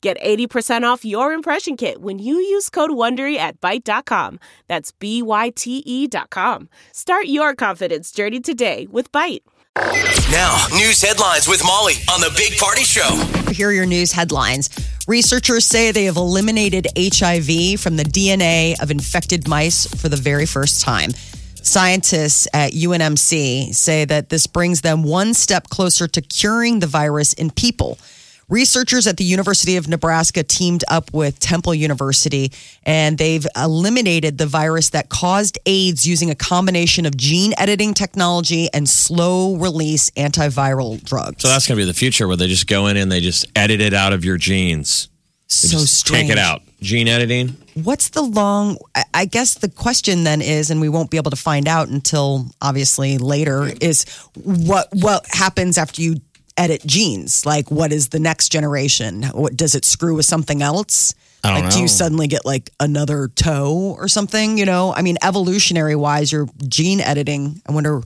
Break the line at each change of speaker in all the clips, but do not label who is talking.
Get 80% off your impression kit when you use code WONDERY at Byte.com. That's B-Y-T-E E dot com. Start your confidence journey today with Byte.
Now, news headlines with Molly on the Big Party Show.
Here are your news headlines. Researchers say they have eliminated HIV from the DNA of infected mice for the very first time. Scientists at UNMC say that this brings them one step closer to curing the virus in people. Researchers at the University of Nebraska teamed up with Temple University and they've eliminated the virus that caused AIDS using a combination of gene editing technology and slow release antiviral drugs.
So that's going to be the future where they just go in and they just edit it out of your genes. They
so
just
strange.
Take it out. Gene editing.
What's the long? I- I guess the question then is, and we won't be able to find out until obviously later, is what what happens after you edit genes? Like, what is the next generation? What does it screw with something else?
I don't
like, do you
know.
suddenly get like another toe or something? You know, I mean, evolutionary wise, you're gene editing. I wonder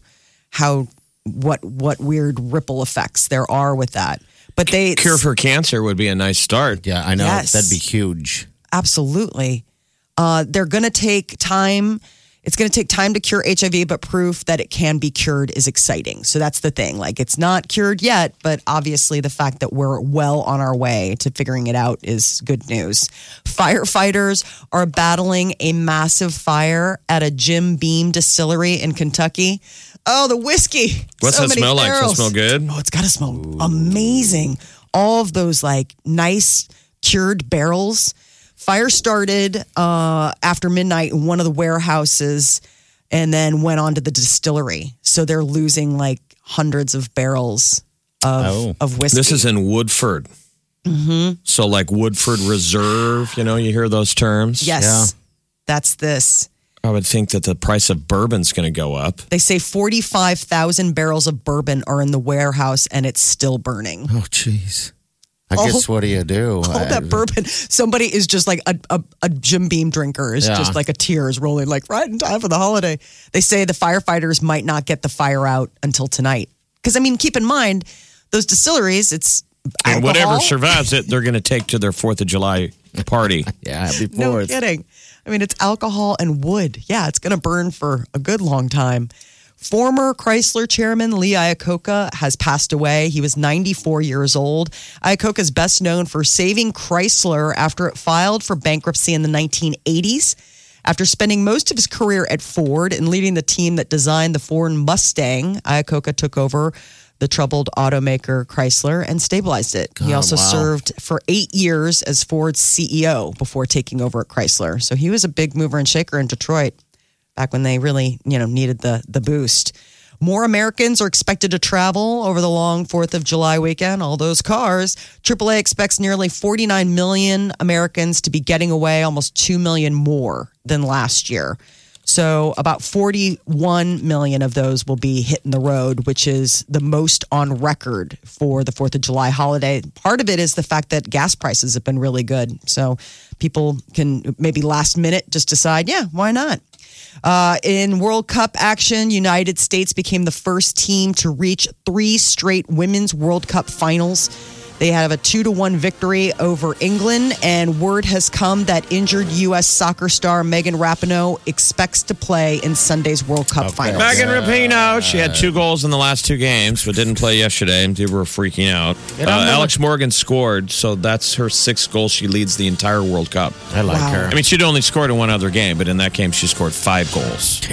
how what what weird ripple effects there are with that. But they
Cure for cancer would be a nice start.
Yeah, I know.
Yes.
That'd be huge.
Absolutely. Uh, they're going to take time. It's going to take time to cure HIV, but proof that it can be cured is exciting. So that's the thing. Like, it's not cured yet, but obviously the fact that we're well on our way to figuring it out is good news. Firefighters are battling a massive fire at a Jim Beam distillery in Kentucky. Oh, the whiskey.
What's
So
that
many
smell like? Does it
barrels.
smell good?
Oh, it's got to smell amazing. All of those like nice cured barrels. Fire started uh, after midnight in one of the warehouses and then went on to the distillery. So they're losing like hundreds of barrels of, of whiskey.
Oh. This is in Woodford. Mm-hmm. So like Woodford Reserve, you know, you hear those terms.
yes. That's this.
I would think that the price of bourbon's going to go up.
They say 45,000 barrels of bourbon are in the warehouse and it's still burning.
Oh, jeez. I
Oh.
guess what do you do? Uh,
all
I-
that bourbon. Somebody is just like a, a, a Jim Beam drinker is
Yeah.
just like a tear is rolling like right in time for the holiday. They say the firefighters might not get the fire out until tonight. Because I mean, keep in mind those distilleries. It's
And whatever
alcohol.
survives it, they're going to take to their 4th of July party.
yeah, before
No
it's
kidding. I mean, it's alcohol and wood. Yeah, it's going to burn for a good long time. Former Chrysler chairman Lee Iacocca has passed away. He was 94 years old. Iacocca is best known for saving Chrysler after it filed for bankruptcy in the 1980s. After spending most of his career at Ford and leading the team that designed the Ford Mustang, Iacocca took over the troubled automaker Chrysler and stabilized it. he also served for eight years as Ford's CEO before taking over at Chrysler. So he was a big mover and shaker in Detroit back when they really, you know, needed the the boost. More Americans are expected to travel over the long 4th of July weekend, all those cars. AAA expects nearly 49 million Americans to be getting away, almost 2 million more than last year. So about 41 million of those will be hitting the road, which is the most on record for the 4th of July holiday. Part of it is the fact that gas prices have been really good. So people can maybe last minute just decide, yeah, why not? Uh, in World Cup action, United States became the first team to reach three straight women's World Cup finals. They have a two to one victory over England, and word has come that injured U.S. soccer star Megan Rapinoe expects to play in Sunday's World Cup finals.
Megan Rapinoe, she had two goals in the last two games, but didn't play yesterday, and people were freaking out. Uh, Alex Morgan scored, so that's her sixth goal. She leads the entire World Cup.
I like her.
I mean, she'd only scored in one other game, but in that game, she scored five goals.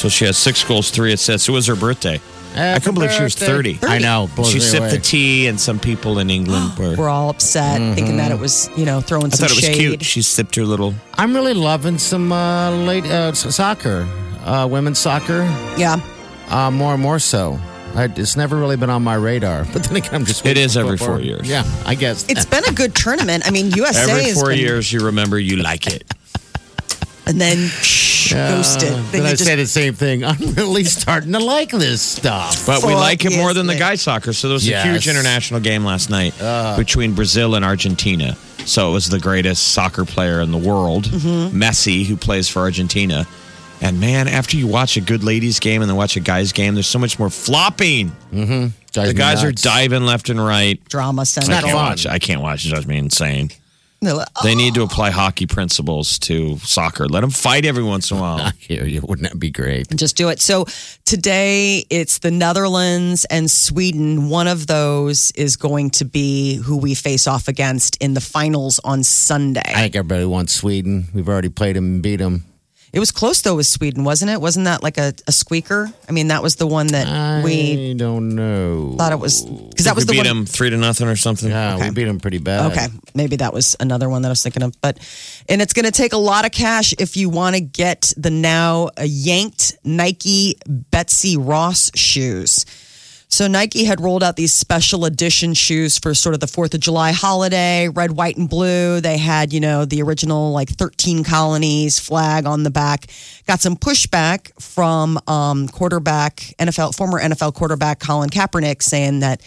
So she has six goals, three assists. It was her birthday. I couldn't believe she was 30.
I know. Blows
She
me
sipped
away.
the tea, and some people in England were.
We're all upset, thinking that it was, you know, throwing
Mm-hmm. I
some
thought it was
shade.
cute. She sipped her little.
I'm really loving some uh, late uh, s- soccer, uh, women's soccer,
Yeah,
uh, more and more so. I, it's never really been on my radar, but then again, I'm just.
It
waiting
is
for
every
football.
four years.
Yeah, I guess.
it's been a good tournament. I mean, USA
Every
has
four
been-
years, you remember you like it.
and then psh, ghosted.
Uh,
Then
then
you
I
just-
say the same thing. I'm really starting to like this stuff.
But we
Fuck
like it more than the
yes,
guy soccer. So there was a huge
Yes. Uh.
international game last night between Brazil and Argentina. So it was the greatest soccer player in the world,
Mm-hmm.
Messi, who plays for Argentina. And man, after you watch a good ladies game and then watch a guys game, there's so much more flopping. The guys are diving left and right.
drama
It's not
I
center.
can't
fun.
watch. I can't watch. It drives me insane.
They're like, "Oh,
They need to apply hockey principles to soccer. Let them fight every once in a while.
I hear you. Wouldn't that be great?
Just do it. So today it's the Netherlands and Sweden. One of those is going to be who we face off against in the finals on Sunday.
I think everybody wants Sweden. We've already played them and beat them.
it was close though with Sweden, wasn't it? Wasn't that like a, a squeaker? I mean, that was the one that we
I don't know.
thought it was because that
we
was the
beat
one.
them three to nothing or something.
Yeah,
Okay.
we beat them pretty bad.
Okay, maybe that was another one that I was thinking of. But and it's going to take a lot of cash if you want to get the now uh, yanked Nike Betsy Ross shoes. So Nike had rolled out these special edition shoes for sort of the 4th of July holiday, red, white and blue. They had, you know, the original like 13 colonies flag on the back. Got some pushback from um, quarterback NFL former NFL quarterback Colin Kaepernick saying that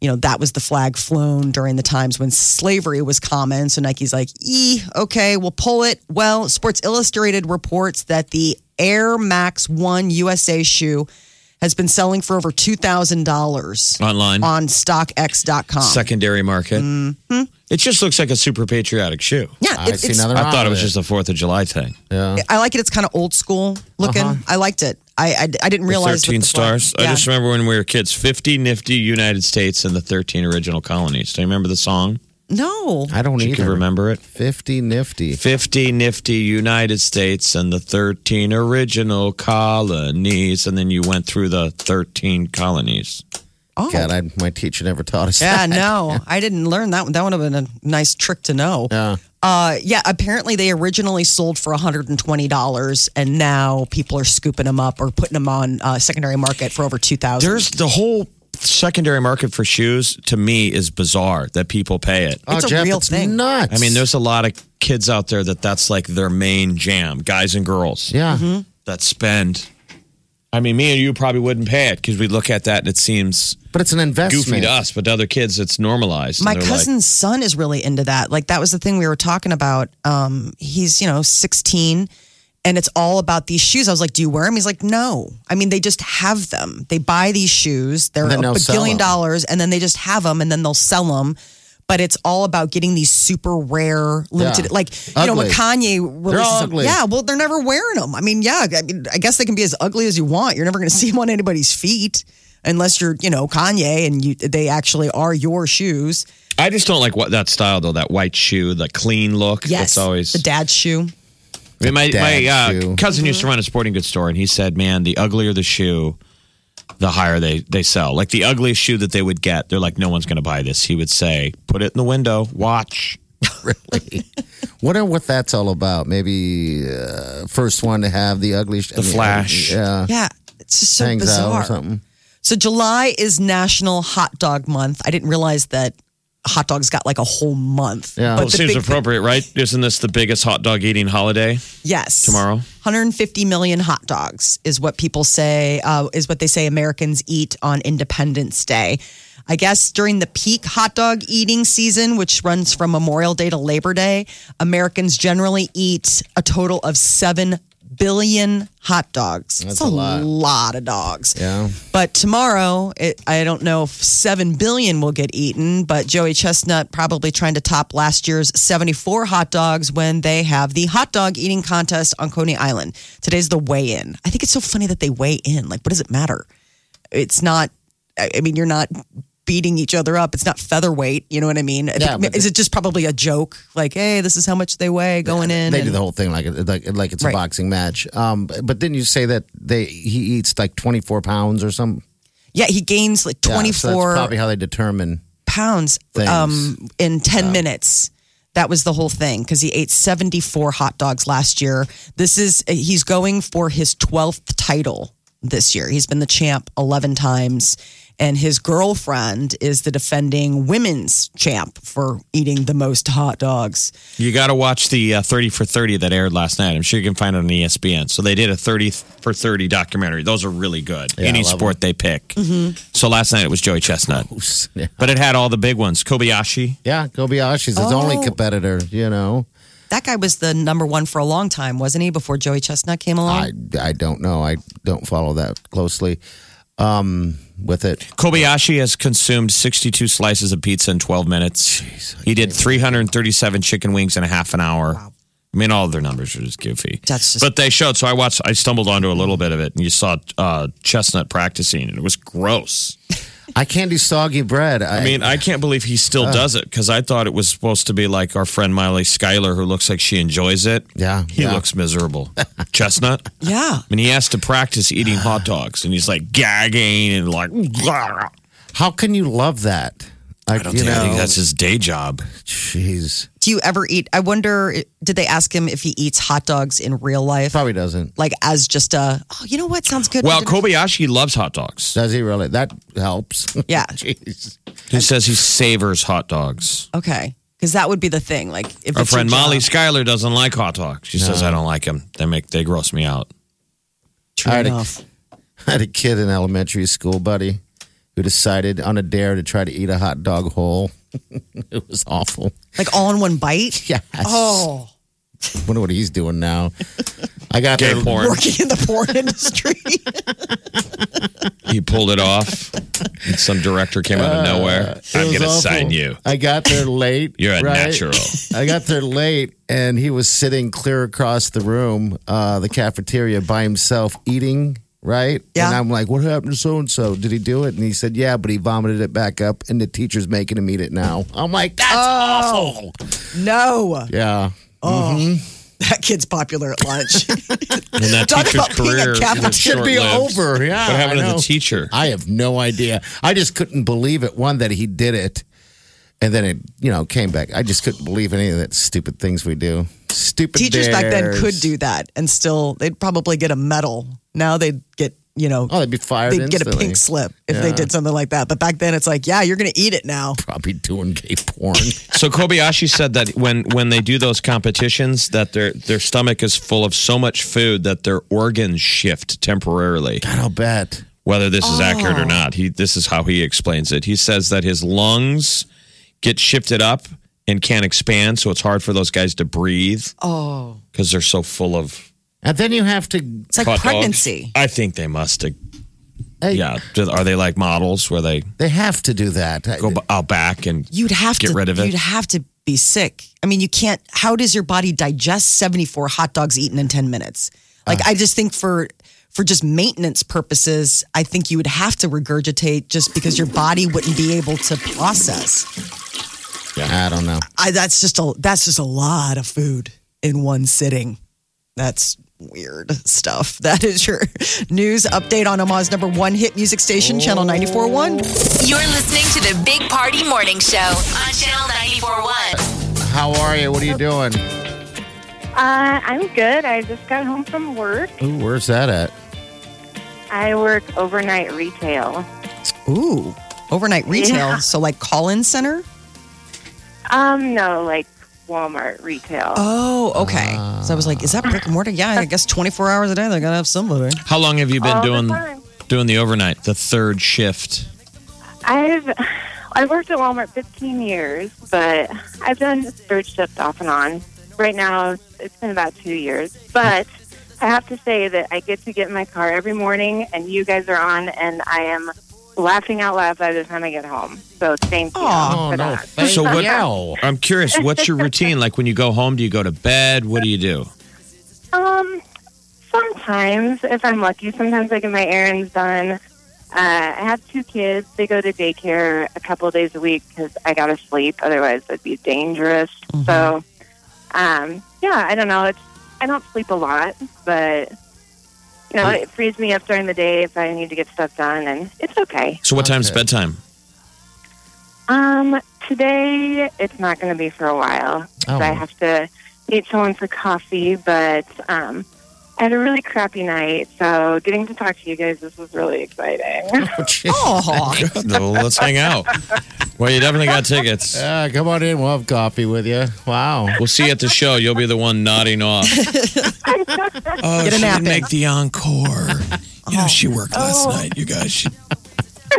you know, that was the flag flown during the times when slavery was common. So Nike's like, e, okay, we'll pull it. Well, Sports Illustrated reports that the Air Max One USA shoe has been selling for over $2,000
Online.
on StockX.com.
secondary market. It just looks like a super patriotic shoe.
yeah,
I
it,
see
it's,
another
I thought it
option.
was just a Fourth of July thing.
Yeah.
I like it. It's kind of old school looking.
Uh-huh.
I liked it. I, I, I didn't realize.
Thirteen
what the flag-
stars. I
Yeah.
just remember when we were kids. Fifty nifty United States and the thirteen original colonies. Do you remember the song?
no.
I don't
You
either.
can remember it.
50 nifty.
Fifty nifty United States and the thirteen original colonies, and then you went through the thirteen colonies.
Oh.
God, I, my teacher never taught us
Yeah,
that.
no, I didn't learn that. one. That would have been a nice trick to know.
Yeah.
Uh, yeah, apparently they originally sold for $120, and now people are scooping them up or putting them on uh, secondary market for over 2000
There's the whole secondary market for shoes. To me, is bizarre that people pay it.
Oh,
It's a
Jeff,
real
it's
thing.
nuts.
I mean, there's a lot of kids out there that that's like their main jam, guys and girls.
Yeah.
Mm-hmm.
that spend. I mean, me and you probably wouldn't pay it because we look at that and it seems
But it's an investment.
goofy to us, but to other kids, it's normalized. and
My
they're like,
cousin's son is really into that. Like, that was the thing we were talking about. Um, he's, you know, 16, and it's all about these shoes. I was like, Do you wear them? He's like, No. I mean, they just have them. They buy these shoes, they're
Then
a
they'll sell
billion
them.
dollars, and then they just have them, and then they'll sell them. But it's all about getting these super rare, limited,
Yeah.
like you know when Kanye releases
all
them.
ugly.
Yeah, well, they're never wearing them. I mean, yeah, I, mean, I guess they can be as ugly as you want. You're never going to see them on anybody's feet unless you're, you know, Kanye, and you they actually are your shoes.
I just don't like what that style though. That white shoe, the clean look.
Yes,
it's always.
the Mm-hmm. dad's shoe.
I mean, my
dad
my uh,
shoe.
cousin used to run a sporting goods store, and he said, "Man, the uglier the shoe." The higher they, they sell. Like the ugliest shoe that they would get, they're like, no one's going to buy this. He would say, put it in the window, watch.
really. Wonder what that's all about. Maybe uh, first one to have the ugly. The
flash.
Yeah.
Yeah, it's just so
Hangs out
bizarre.
or something.
So July is National Hot Dog Month. I didn't realize that hot dogs got like a whole month.
Yeah.
Well, it
the
seems
big-
appropriate, right? Isn't this the biggest hot dog eating holiday?
Yes.
Tomorrow?
150 million hot dogs is what people say, uh, is what they say Americans eat on Independence Day. I guess during the peak hot dog eating season, which runs from Memorial Day to Labor Day, Americans generally eat a total of 7 billion hot dogs. That's,
a lot.
lot of dogs.
Yeah.
But tomorrow, it, I don't know if 7 billion will get eaten, but Joey Chestnut probably trying to top last year's 74 hot dogs when they have the hot dog eating contest on Coney Island. Today's the weigh in. I think it's so funny that they weigh in. Like, what does it matter? It's not, I I mean, you're not beating each other up. It's not featherweight. You know what I mean? I
Yeah,
think-
but
is it just probably a joke? Like, hey, this is how much they weigh going in.
They do
and-
the whole thing like it- like, like it's
Right.
a boxing match. Um, but then you say that they he eats like twenty four pounds or something.
yeah, he gains like
Yeah,
24.
so that's probably how they determine.
pounds
Things.
um, in 10 minutes. That was the whole thing because he ate 74 hot dogs last year. This is, uh, he's going for his 12th title this year. He's been the champ 11 times and his girlfriend is the defending women's champ for eating the most hot dogs.
You got to watch the uh, 30 for 30 that aired last night. I'm sure you can find it on E ESPN. So they did a 30 for 30 documentary. Those are really good. Any sport they pick. So last night it was Joey Chestnut.
Yeah.
But it had all the big ones. Kobayashi.
Yeah, Kobayashi's his only
Oh.
competitor, you know.
That guy was the number one for a long time, wasn't he? Before Joey Chestnut came along,
I I don't know. I don't follow that closely um with it.
Kobayashi has consumed 62 slices of pizza in 12 minutes. he did 337 chicken wings in a half an hour. I mean, all of their numbers are just goofy.
That's just-
but they showed. So I watched. I stumbled onto a little bit of it, and you saw uh, Chestnut practicing, and it was gross.
I can't do soggy bread. I,
I mean, I can't believe he still does it because I thought it was supposed to be like our friend Miley Skyler, who looks like she enjoys it.
Yeah,
he
yeah.
looks miserable. Chestnut. I
yeah.
mean, he has to practice eating hot dogs, and he's like gagging and like.
how can you love that? Like,
I don't
you
think, I think
know,
that's his day job.
jeez.
Do you ever eat? I wonder. Did they ask him if he eats hot dogs in real life,
Probably doesn't.
like as just a? Oh, you know what sounds good.
Well, Kobayashi loves hot dogs.
Does he really? That helps.
Yeah.
Jeez.
He says he savors hot dogs.
Okay, because that would be the thing. Like if
Our
it's your
friend Molly
job,
Schuyler doesn't like hot dogs. She says I don't like them. They make they gross me out.
true
All right.
enough.
I had a kid in elementary school, buddy, who decided on a dare to try to eat a hot dog whole. it was awful.
Like all in one bite.
Yes.
Oh,
Wonder what he's doing now. I got
Gay
there-
porn.
working in the porn industry.
He pulled it off. And some director came out of nowhere.
Uh, It
I'm
was
gonna
awful.
sign you.
I got there late.
You're a
right?
natural.
I got there late, and he was sitting clear across the room, uh, the cafeteria, by himself eating. Right?
Yeah.
And I'm like, what happened to so and so? Did he do it? And he said, yeah, but he vomited it back up, and the teacher's making him eat it now. I'm like, that's
Oh.
awful.
no,
Yeah.
that kid's popular at lunch.
And that
Talk
teacher's
about being a
career
captain.
was
Should be
short-lived.
over. Yeah.
What happened
I
to
know.
the teacher?
I have no idea. I just couldn't believe it. One that he did it, and then it, you know, came back. I just couldn't believe any of that stupid things we do. Stupid
Teachers back then
dares.
could do that, and still they'd probably get a medal. Now they'd get you know.
Oh, they'd be fired.
They'd get a
instantly.
pink slip if they did something like that. But back then, it's like, yeah, you're going to eat it now.
Probably doing gay porn.
So Kobayashi said that when when they do those competitions, that their their stomach is full of so much food that their organs shift temporarily.
I'll bet.
whether this is accurate or not. He this is how he explains it. He says that his lungs get shifted up and can't expand, so it's hard for those guys to breathe. Oh, because they're so full of
And then you have to.
It's like
hot dogs.
pregnancy.
I think they must. have-
Hey,
Yeah, are they like models where they
They have to do that.
go b- out back and
You'd have
Get
to
rid of it.
You'd have to be sick. I mean, you can't. How does your body digest seventy four hot dogs eaten in ten minutes? Like,
Ah.
I just think for for just maintenance purposes, I think you would have to regurgitate just because your body wouldn't be able to process.
I don't know.
I, that's just a that's just a lot of food in one sitting. That's weird stuff. That is your news update on Omaha's number one hit music station, Channel ninety four one.
You're listening to the Big Party Morning Show on Channel 94.1.
How are you? What are you doing?
Uh, I'm good. I just got home from work.
Ooh, where's that at?
I work overnight retail.
Ooh, overnight retail.
Yeah.
So like call in center.
Um, no, like Walmart retail.
Oh, okay. so I was like, is that brick and mortar? Yeah, I guess 24 hours a day they're gonna have somebody.
How long have you been
All the
doing
time.
doing the overnight, the third shift?
I've I've worked at Walmart 15 years, but I've done third shift off and on. Right now, it's been about two years, but I have to say that I get to get in my car every morning, and you guys are on, and I am laughing out loud by the time I get home. So thank you
Aw.
for
no.
that.
Thank
So what?
you.
I'm curious. What's your routine like when you go home? Do you go to bed? What do you do?
Um, sometimes if I'm lucky, sometimes I get my errands done. Uh, I have two kids. They go to daycare a couple of days a week because I gotta sleep. Otherwise, it'd be dangerous. So, um, yeah, I don't know. It's I don't sleep a lot, but you know, it frees me up during the day if I need to get stuff done, and it's okay.
So what time's
Okay.
bedtime?
Um, today it's not going to be for a while.
Oh.
'cause I have to meet someone for coffee, but um, I had a really crappy night, so getting to talk to you guys, this was really exciting.
Oh, geez.
Oh,
Well, let's hang out. Well, you definitely got tickets.
Yeah, come on in. We'll have coffee with you. Wow.
We'll see you at the show. You'll be the one nodding off. oh,
Get a she didn't nap in. make
the encore. You know, she worked last night. You guys should.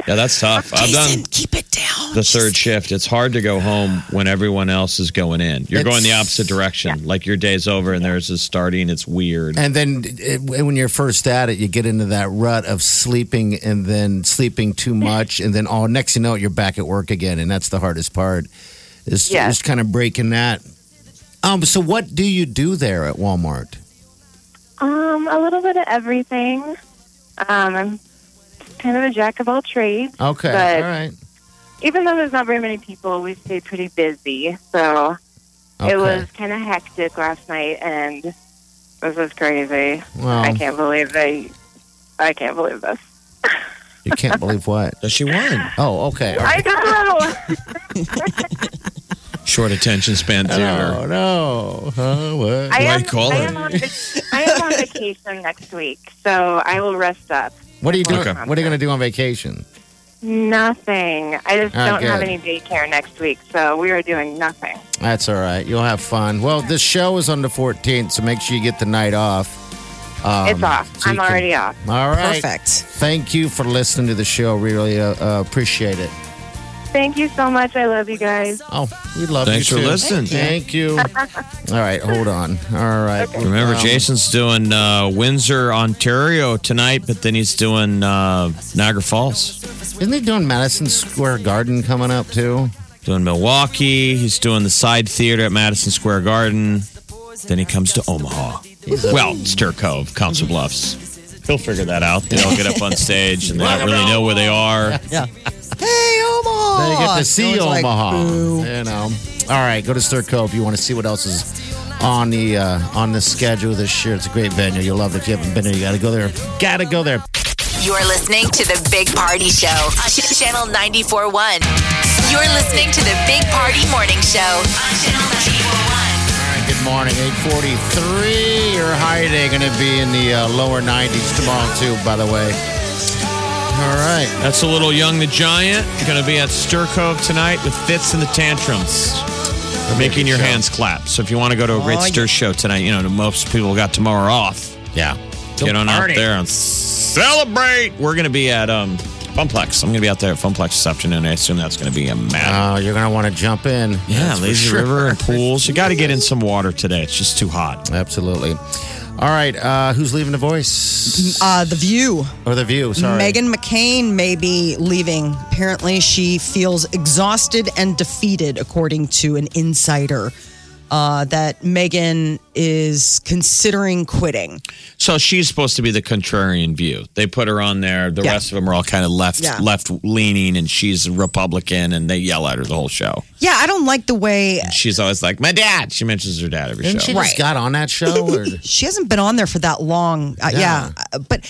Yeah, that's tough. I've done
keep it down.
the third shift. It's hard to go home when everyone else is going in. You're going the
It's-
opposite direction. Like your day's over and theirs is starting. It's weird.
And then it, when you're first at it, you get into that rut of sleeping and then sleeping too much. And then, oh, next you know it, you're back at work again. And that's the hardest part is
Yeah.
just kind of breaking that. Um, so what do you do there at Walmart?
um, a little bit of everything. Um, I'm kind of a jack of all trades.
Okay.
But-
all right.
Even though there's not very many people, we stay pretty busy. So
Okay.
it was kind of hectic last night, and this is crazy.
Wow.
I can't believe they. I can't believe this.
You can't believe what?
Does she won?
Oh, okay. All
I
right.
don't know.
Short attention span too.
Oh, no. Huh, what?
I am,
White collar.
I am on vac- I am on vacation next week, so I will rest up.
What are you doing?
Okay.
What are you going to do on vacation?
Nothing. I just
Ah,
don't have
good.
any daycare next week, so we are doing nothing.
That's all right. You'll have fun. Well, this show is on the 14th, so make sure you get the night off. Um,
it's off.
so
I'm
you can-
already off.
All right.
Perfect.
Thank you for listening to the show. We Really uh, uh, appreciate it.
Thank you so much. I love you guys.
Oh, we love
Thanks
you
for
too.
listening.
Thank you. all right, hold on. All right.
Remember,
Um,
Jason's doing uh, Windsor, Ontario tonight, but then he's doing uh, Niagara Falls,
Isn't he doing Madison Square Garden coming up too?
doing Milwaukee. He's doing the side theater at Madison Square Garden. Then he comes to Omaha. Well, Stir Cove, Council Bluffs. He'll figure that out. They all get up on stage and they don't really know where they are.
Yeah. Hey, Omaha.
They get to see
Someone's Oh, like,
Omaha.
"Boo."
you know. All right, go to Stir Cove if you want to see what else is on the uh, on the schedule this year. It's a great venue. You'll love it. If you haven't been there, you got to go there. Got to go there.
You're listening to the Big Party Show on Ch- Channel 941. You're listening to the Big Party Morning Show on Channel 941.
All right, good morning. 843. Your high day going to be in the uh, lower 90s tomorrow too, by the way. All right.
That's a little Young the Giant. Going to be at Stir Cove tonight with Fits and the Tantrums. Making your hands clap. So if you want to go to a great
Oh,
Stir show tonight, you know, most people got tomorrow off.
Yeah.
Get on out there and celebrate. We're going to be at um, Funplex. I'm going to be out there at Funplex this afternoon. I assume that's going to be a mad.
Uh, you're going to want to jump in.
yeah,
That's for
lazy
sure.
river and pools. You got to get in some water today. It's just too hot.
Absolutely. All right. Uh, who's leaving the voice?
Uh, the View.
or the view, sorry.
Megan McCain may be leaving. Apparently, she feels exhausted and defeated, according to an insider. Uh, that Megan is considering quitting.
So she's supposed to be the contrarian view. They put her on there. The
Yeah.
rest of them are all kind of left
Yeah.
left leaning, and she's a Republican, and they yell at her the whole show.
Yeah, I don't like the way
She's always like, "My dad." She mentions her dad every
Didn't
show.
she just
Right.
got on that show? Or?
she hasn't been on there for that long. Uh, yeah. Uh, but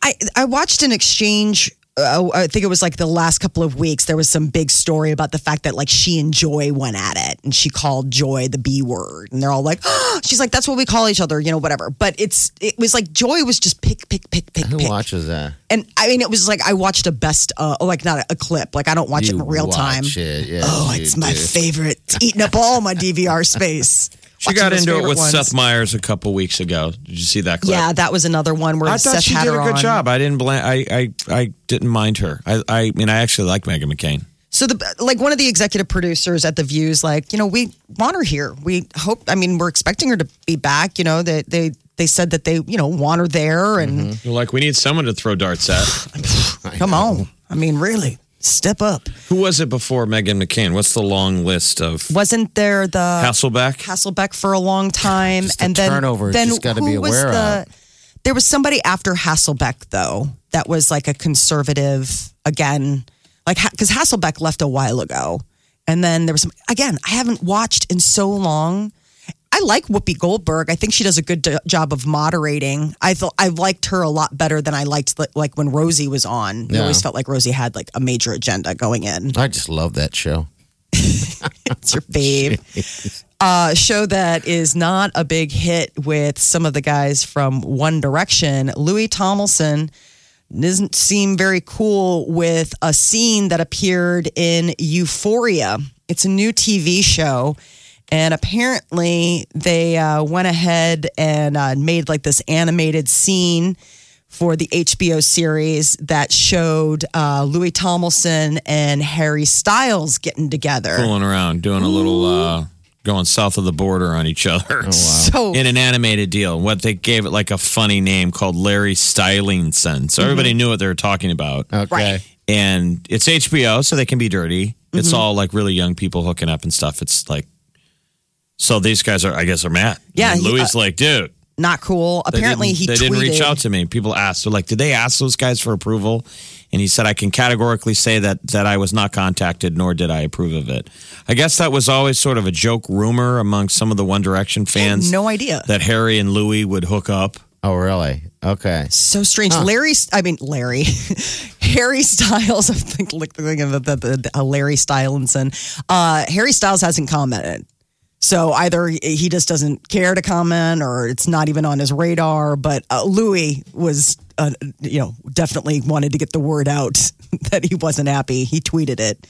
I I watched an exchange. Uh, I think it was like the last couple of weeks. There was some big story about the fact that like she and Joy went at it, and she called Joy the B word, and they're all like, oh, she's like, that's what we call each other, you know, whatever. But it's it was like Joy was just pick pick pick pick
Who
pick,
watches that?
and I mean it was like I watched a best uh like not a, a clip, like I don't watch
You
it in real
watch
time.
it, yeah,
oh,
you
it's my
do.
favorite. It's eating up all my DVR space.
She got into it with Seth Meyers a couple weeks ago. Did you see that clip?
Yeah, that was another one where
I
Seth
thought she
had
did a
her
good
on.
job. I didn't blame. I, I I didn't mind her. I I mean, I actually like Megan McCain.
So the like one of the executive producers at the Views, like you know, we want her here. We hope. I mean, we're expecting her to be back. You know, they they they said that they you know want her there, and
You're like, we need someone to throw darts at. Mm-hmm.
come on. I mean, really, step up.
Who was it before Megan McCain? What's the long list of
Wasn't there the
Hasselbeck?
Uh, Hasselbeck for a long time,
Just the
and then
turnover,
then
just gotta
who
be
was
aware
the? There was somebody after Hasselbeck though that was like a conservative again, like because Hasselbeck left a while ago, and then there was some again. I haven't watched in so long. I like Whoopi Goldberg. I think she does a good do- job of moderating. I thought I liked her a lot better than I liked li- like when Rosie was on. I
Yeah.
always felt like Rosie had like a major agenda going in.
I just love that show.
It's your fave. uh, show that is not a big hit with some of the guys from One Direction. Louis Tomlinson doesn't seem very cool with a scene that appeared in Euphoria. It's a new TV show. And apparently, they uh, went ahead and uh, made like this animated scene for the HBO series that showed uh, Louis Tomlinson and Harry Styles getting together.
fooling around, doing a little uh, going south of the border on each other.
Oh, So
In an animated deal, what they gave it like a funny name called Larry Stylingsson. So everybody
Mm-hmm.
knew what they were talking about.
Okay.
And it's HBO, so they can be dirty. It's
Mm-hmm.
all like really young people hooking up and stuff. It's like, so these guys are, I guess, are mad.
Yeah,
And
he- uh,
Louis is like, dude,
not cool.
they
Apparently,
didn't-
he
they
tweeted,
didn't reach out to me. People asked, they're like, did they ask those guys for approval? And he said, I can categorically say that that I was not contacted, nor did I approve of it. I guess that was always sort of a joke rumor among some of the One Direction fans
No idea.
that Harry and Louis would hook up.
Oh, really? Okay.
so strange. Larry, I mean Larry, Harry Styles. I think like thinking of the, the, the Larry Stylinson. Uh, Harry Styles hasn't commented, so either he just doesn't care to comment, or it's not even on his radar. But uh, Louis was, uh, you know, definitely wanted to get the word out that he wasn't happy. He tweeted it.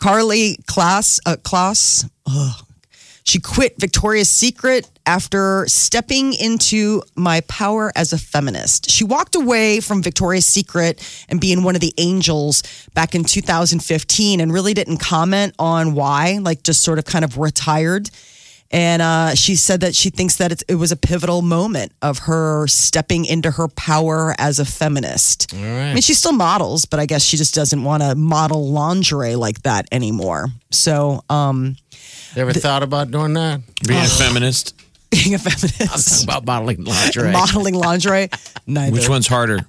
Carly Klaas, uh, Klaas, ugh, she quit Victoria's Secret after stepping into my power as a feminist. She walked away from Victoria's Secret and being one of the angels back in 2015 and really didn't comment on why, like just sort of kind of retired. And uh, she said that she thinks that it's, it was a pivotal moment of her stepping into her power as a feminist. I mean, she still models, but I guess she just doesn't want to model lingerie like that anymore. So, um,
You ever thought about doing that?
Being a feminist,
being a feminist.
About modeling lingerie.
Modeling lingerie, neither.
which one's harder?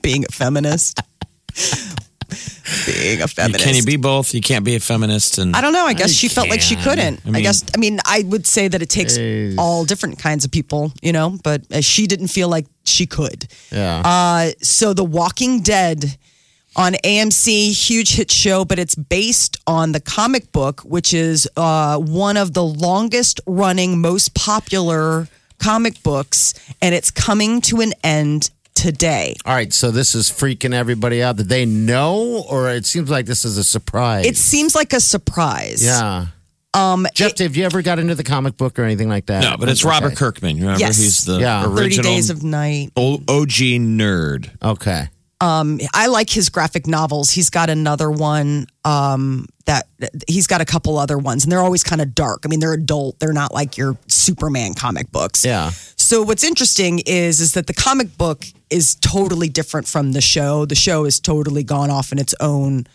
Being a feminist. being a feminist.
Can you be both? You can't be a feminist and
I don't know. I guess she felt like she
can.
couldn't. I, guess, I mean, I would say that it takes all different kinds of people, you know, but uh, she didn't feel like she could.
yeah.
Uh, so The Walking Dead on AMC, huge hit show, but it's based on the comic book, which is uh, one of the longest running, most popular comic books, and it's coming to an end today.
All right. So this is freaking everybody out. Did they know, or it seems like this is a surprise?
It seems like a surprise.
yeah. Um, Jeff, have you ever got into the comic book or anything like that?
No, but it's
Okay.
Robert Kirkman. Remember,
Yes.
he's the
Yeah.
30
original
Days of Night.
old OG nerd.
Okay.
I like his graphic novels. He's got another one um, that he's got a couple other ones, and they're always kind of dark. I mean, they're adult. They're not like your Superman comic books.
Yeah.
So what's interesting is is that the comic book is totally different from the show. The show is totally gone off in its own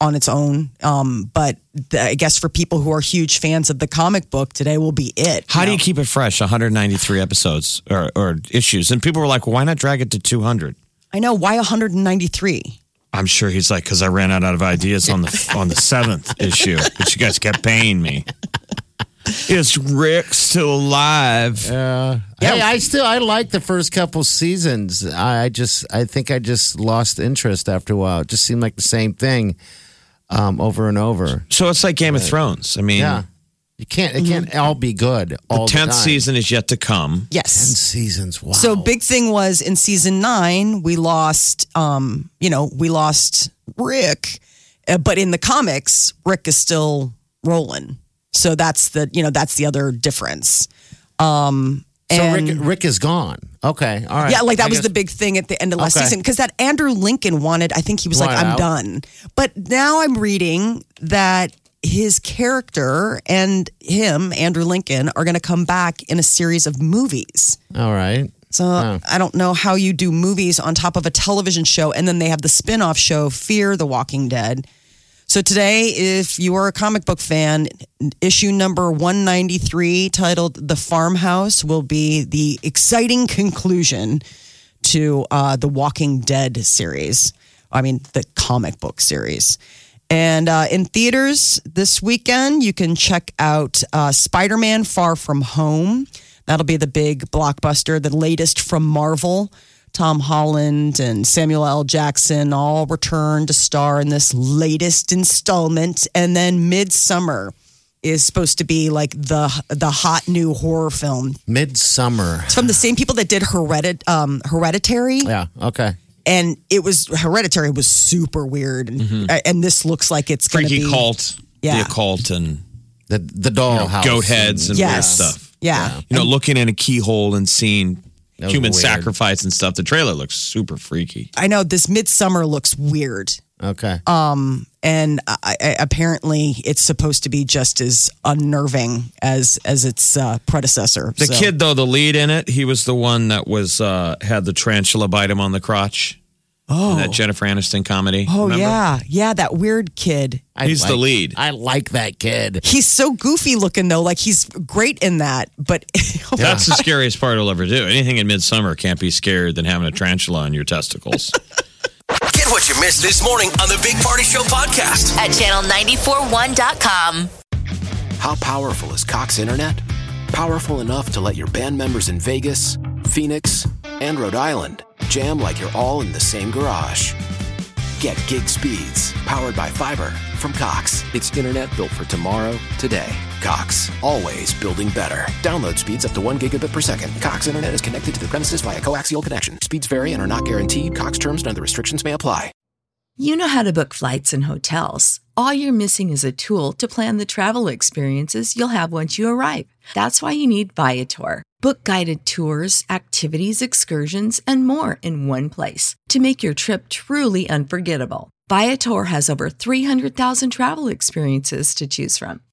on its own. Um, but the, I guess for people who are huge fans of the comic book, today will be it.
How do you keep it fresh? 193 episodes or, or issues, and people were like, well, "Why not drag it to 200?"
I know why 193.
I'm sure he's like, "Cause I ran out of ideas on the on the seventh issue, but you guys kept paying me." Is Rick still alive?
Hey, I still I like the first couple seasons. I, I just I think I just lost interest after a while. It just seemed like the same thing um, over and over.
So it's like Game of Thrones. I mean,
Yeah, you can't it can't all be good all
the tenth
time.
season is yet to come.
Yes.
Seasons. Wow.
So big thing was in season nine we lost, um, you know, we lost Rick, uh, but in the comics Rick is still rolling. So that's the you know that's the other difference. Um,
so
and
Rick, Rick is gone. Okay. All right.
yeah, like that
I
was
guess-
the big thing at the end of last
Okay.
season because that Andrew Lincoln wanted. I think he was like,
Wanted
"I'm
out.
done," but now I'm reading that his character and him, Andrew Lincoln, are going to come back in a series of movies.
All right.
So I don't know how you do movies on top of a television show, and then they have the spin-off show Fear the Walking Dead. So today, if you are a comic book fan, issue number 193, titled "The Farmhouse," will be the exciting conclusion to uh, the Walking Dead series. I mean, the comic book series. And uh, in theaters this weekend, you can check out uh, Spider Man Far From Home. That'll be the big blockbuster, the latest from Marvel. Tom Holland and Samuel L. Jackson all return to star in this latest installment. And then Midsummer
is supposed to be like the the hot new horror film.
Midsummer.
It's from the same people that did Heredit um, Hereditary,
Yeah. Okay.
and it was Hereditary was super weird, and, uh, and this looks like it's going to
Mm-hmm.
be
Freaky cult,
Yeah.
the occult, and
The the dollhouse.
goat heads and weird
yes,
stuff.
yeah.
You know, looking in a keyhole and seeing
was
human
weird.
sacrifice and stuff. The trailer looks super freaky.
I know this Midsummer looks weird,
Okay.
Uh,
and I, I, apparently it's supposed to be just as unnerving as as its uh, predecessor.
The
So-
kid, though, the lead in it, he was the one that was uh, had the tarantula bite him on the crotch. Oh, that Jennifer Aniston comedy.
Oh
remember?
yeah, yeah, that weird kid.
I
he's the
like-
lead.
I like that kid.
He's so goofy looking though. Like he's great in that, but oh
That's the scariest part I'll ever do. Anything in midsummer can't be scarier than having a tarantula on your testicles.
Get what you missed this morning on the Big Party Show podcast.
at channel941.com.
How powerful is Cox Internet? Powerful enough to let your band members in Vegas, Phoenix, and Rhode Island jam like you're all in the same garage. Get gig speeds powered by fiber from Cox. It's internet built for tomorrow, today. Cox, always building better. Download speeds up to one gigabit per second. Cox Internet is connected to the premises via coaxial connection. Speeds vary and are not guaranteed. Cox terms and other restrictions may apply.
You know how to book flights and hotels. All you're missing is a tool to plan the travel experiences you'll have once you arrive. That's why you need Viator. Book guided tours, activities, excursions, and more in one place to make your trip truly unforgettable. Viator has over 300,000 travel experiences to choose from.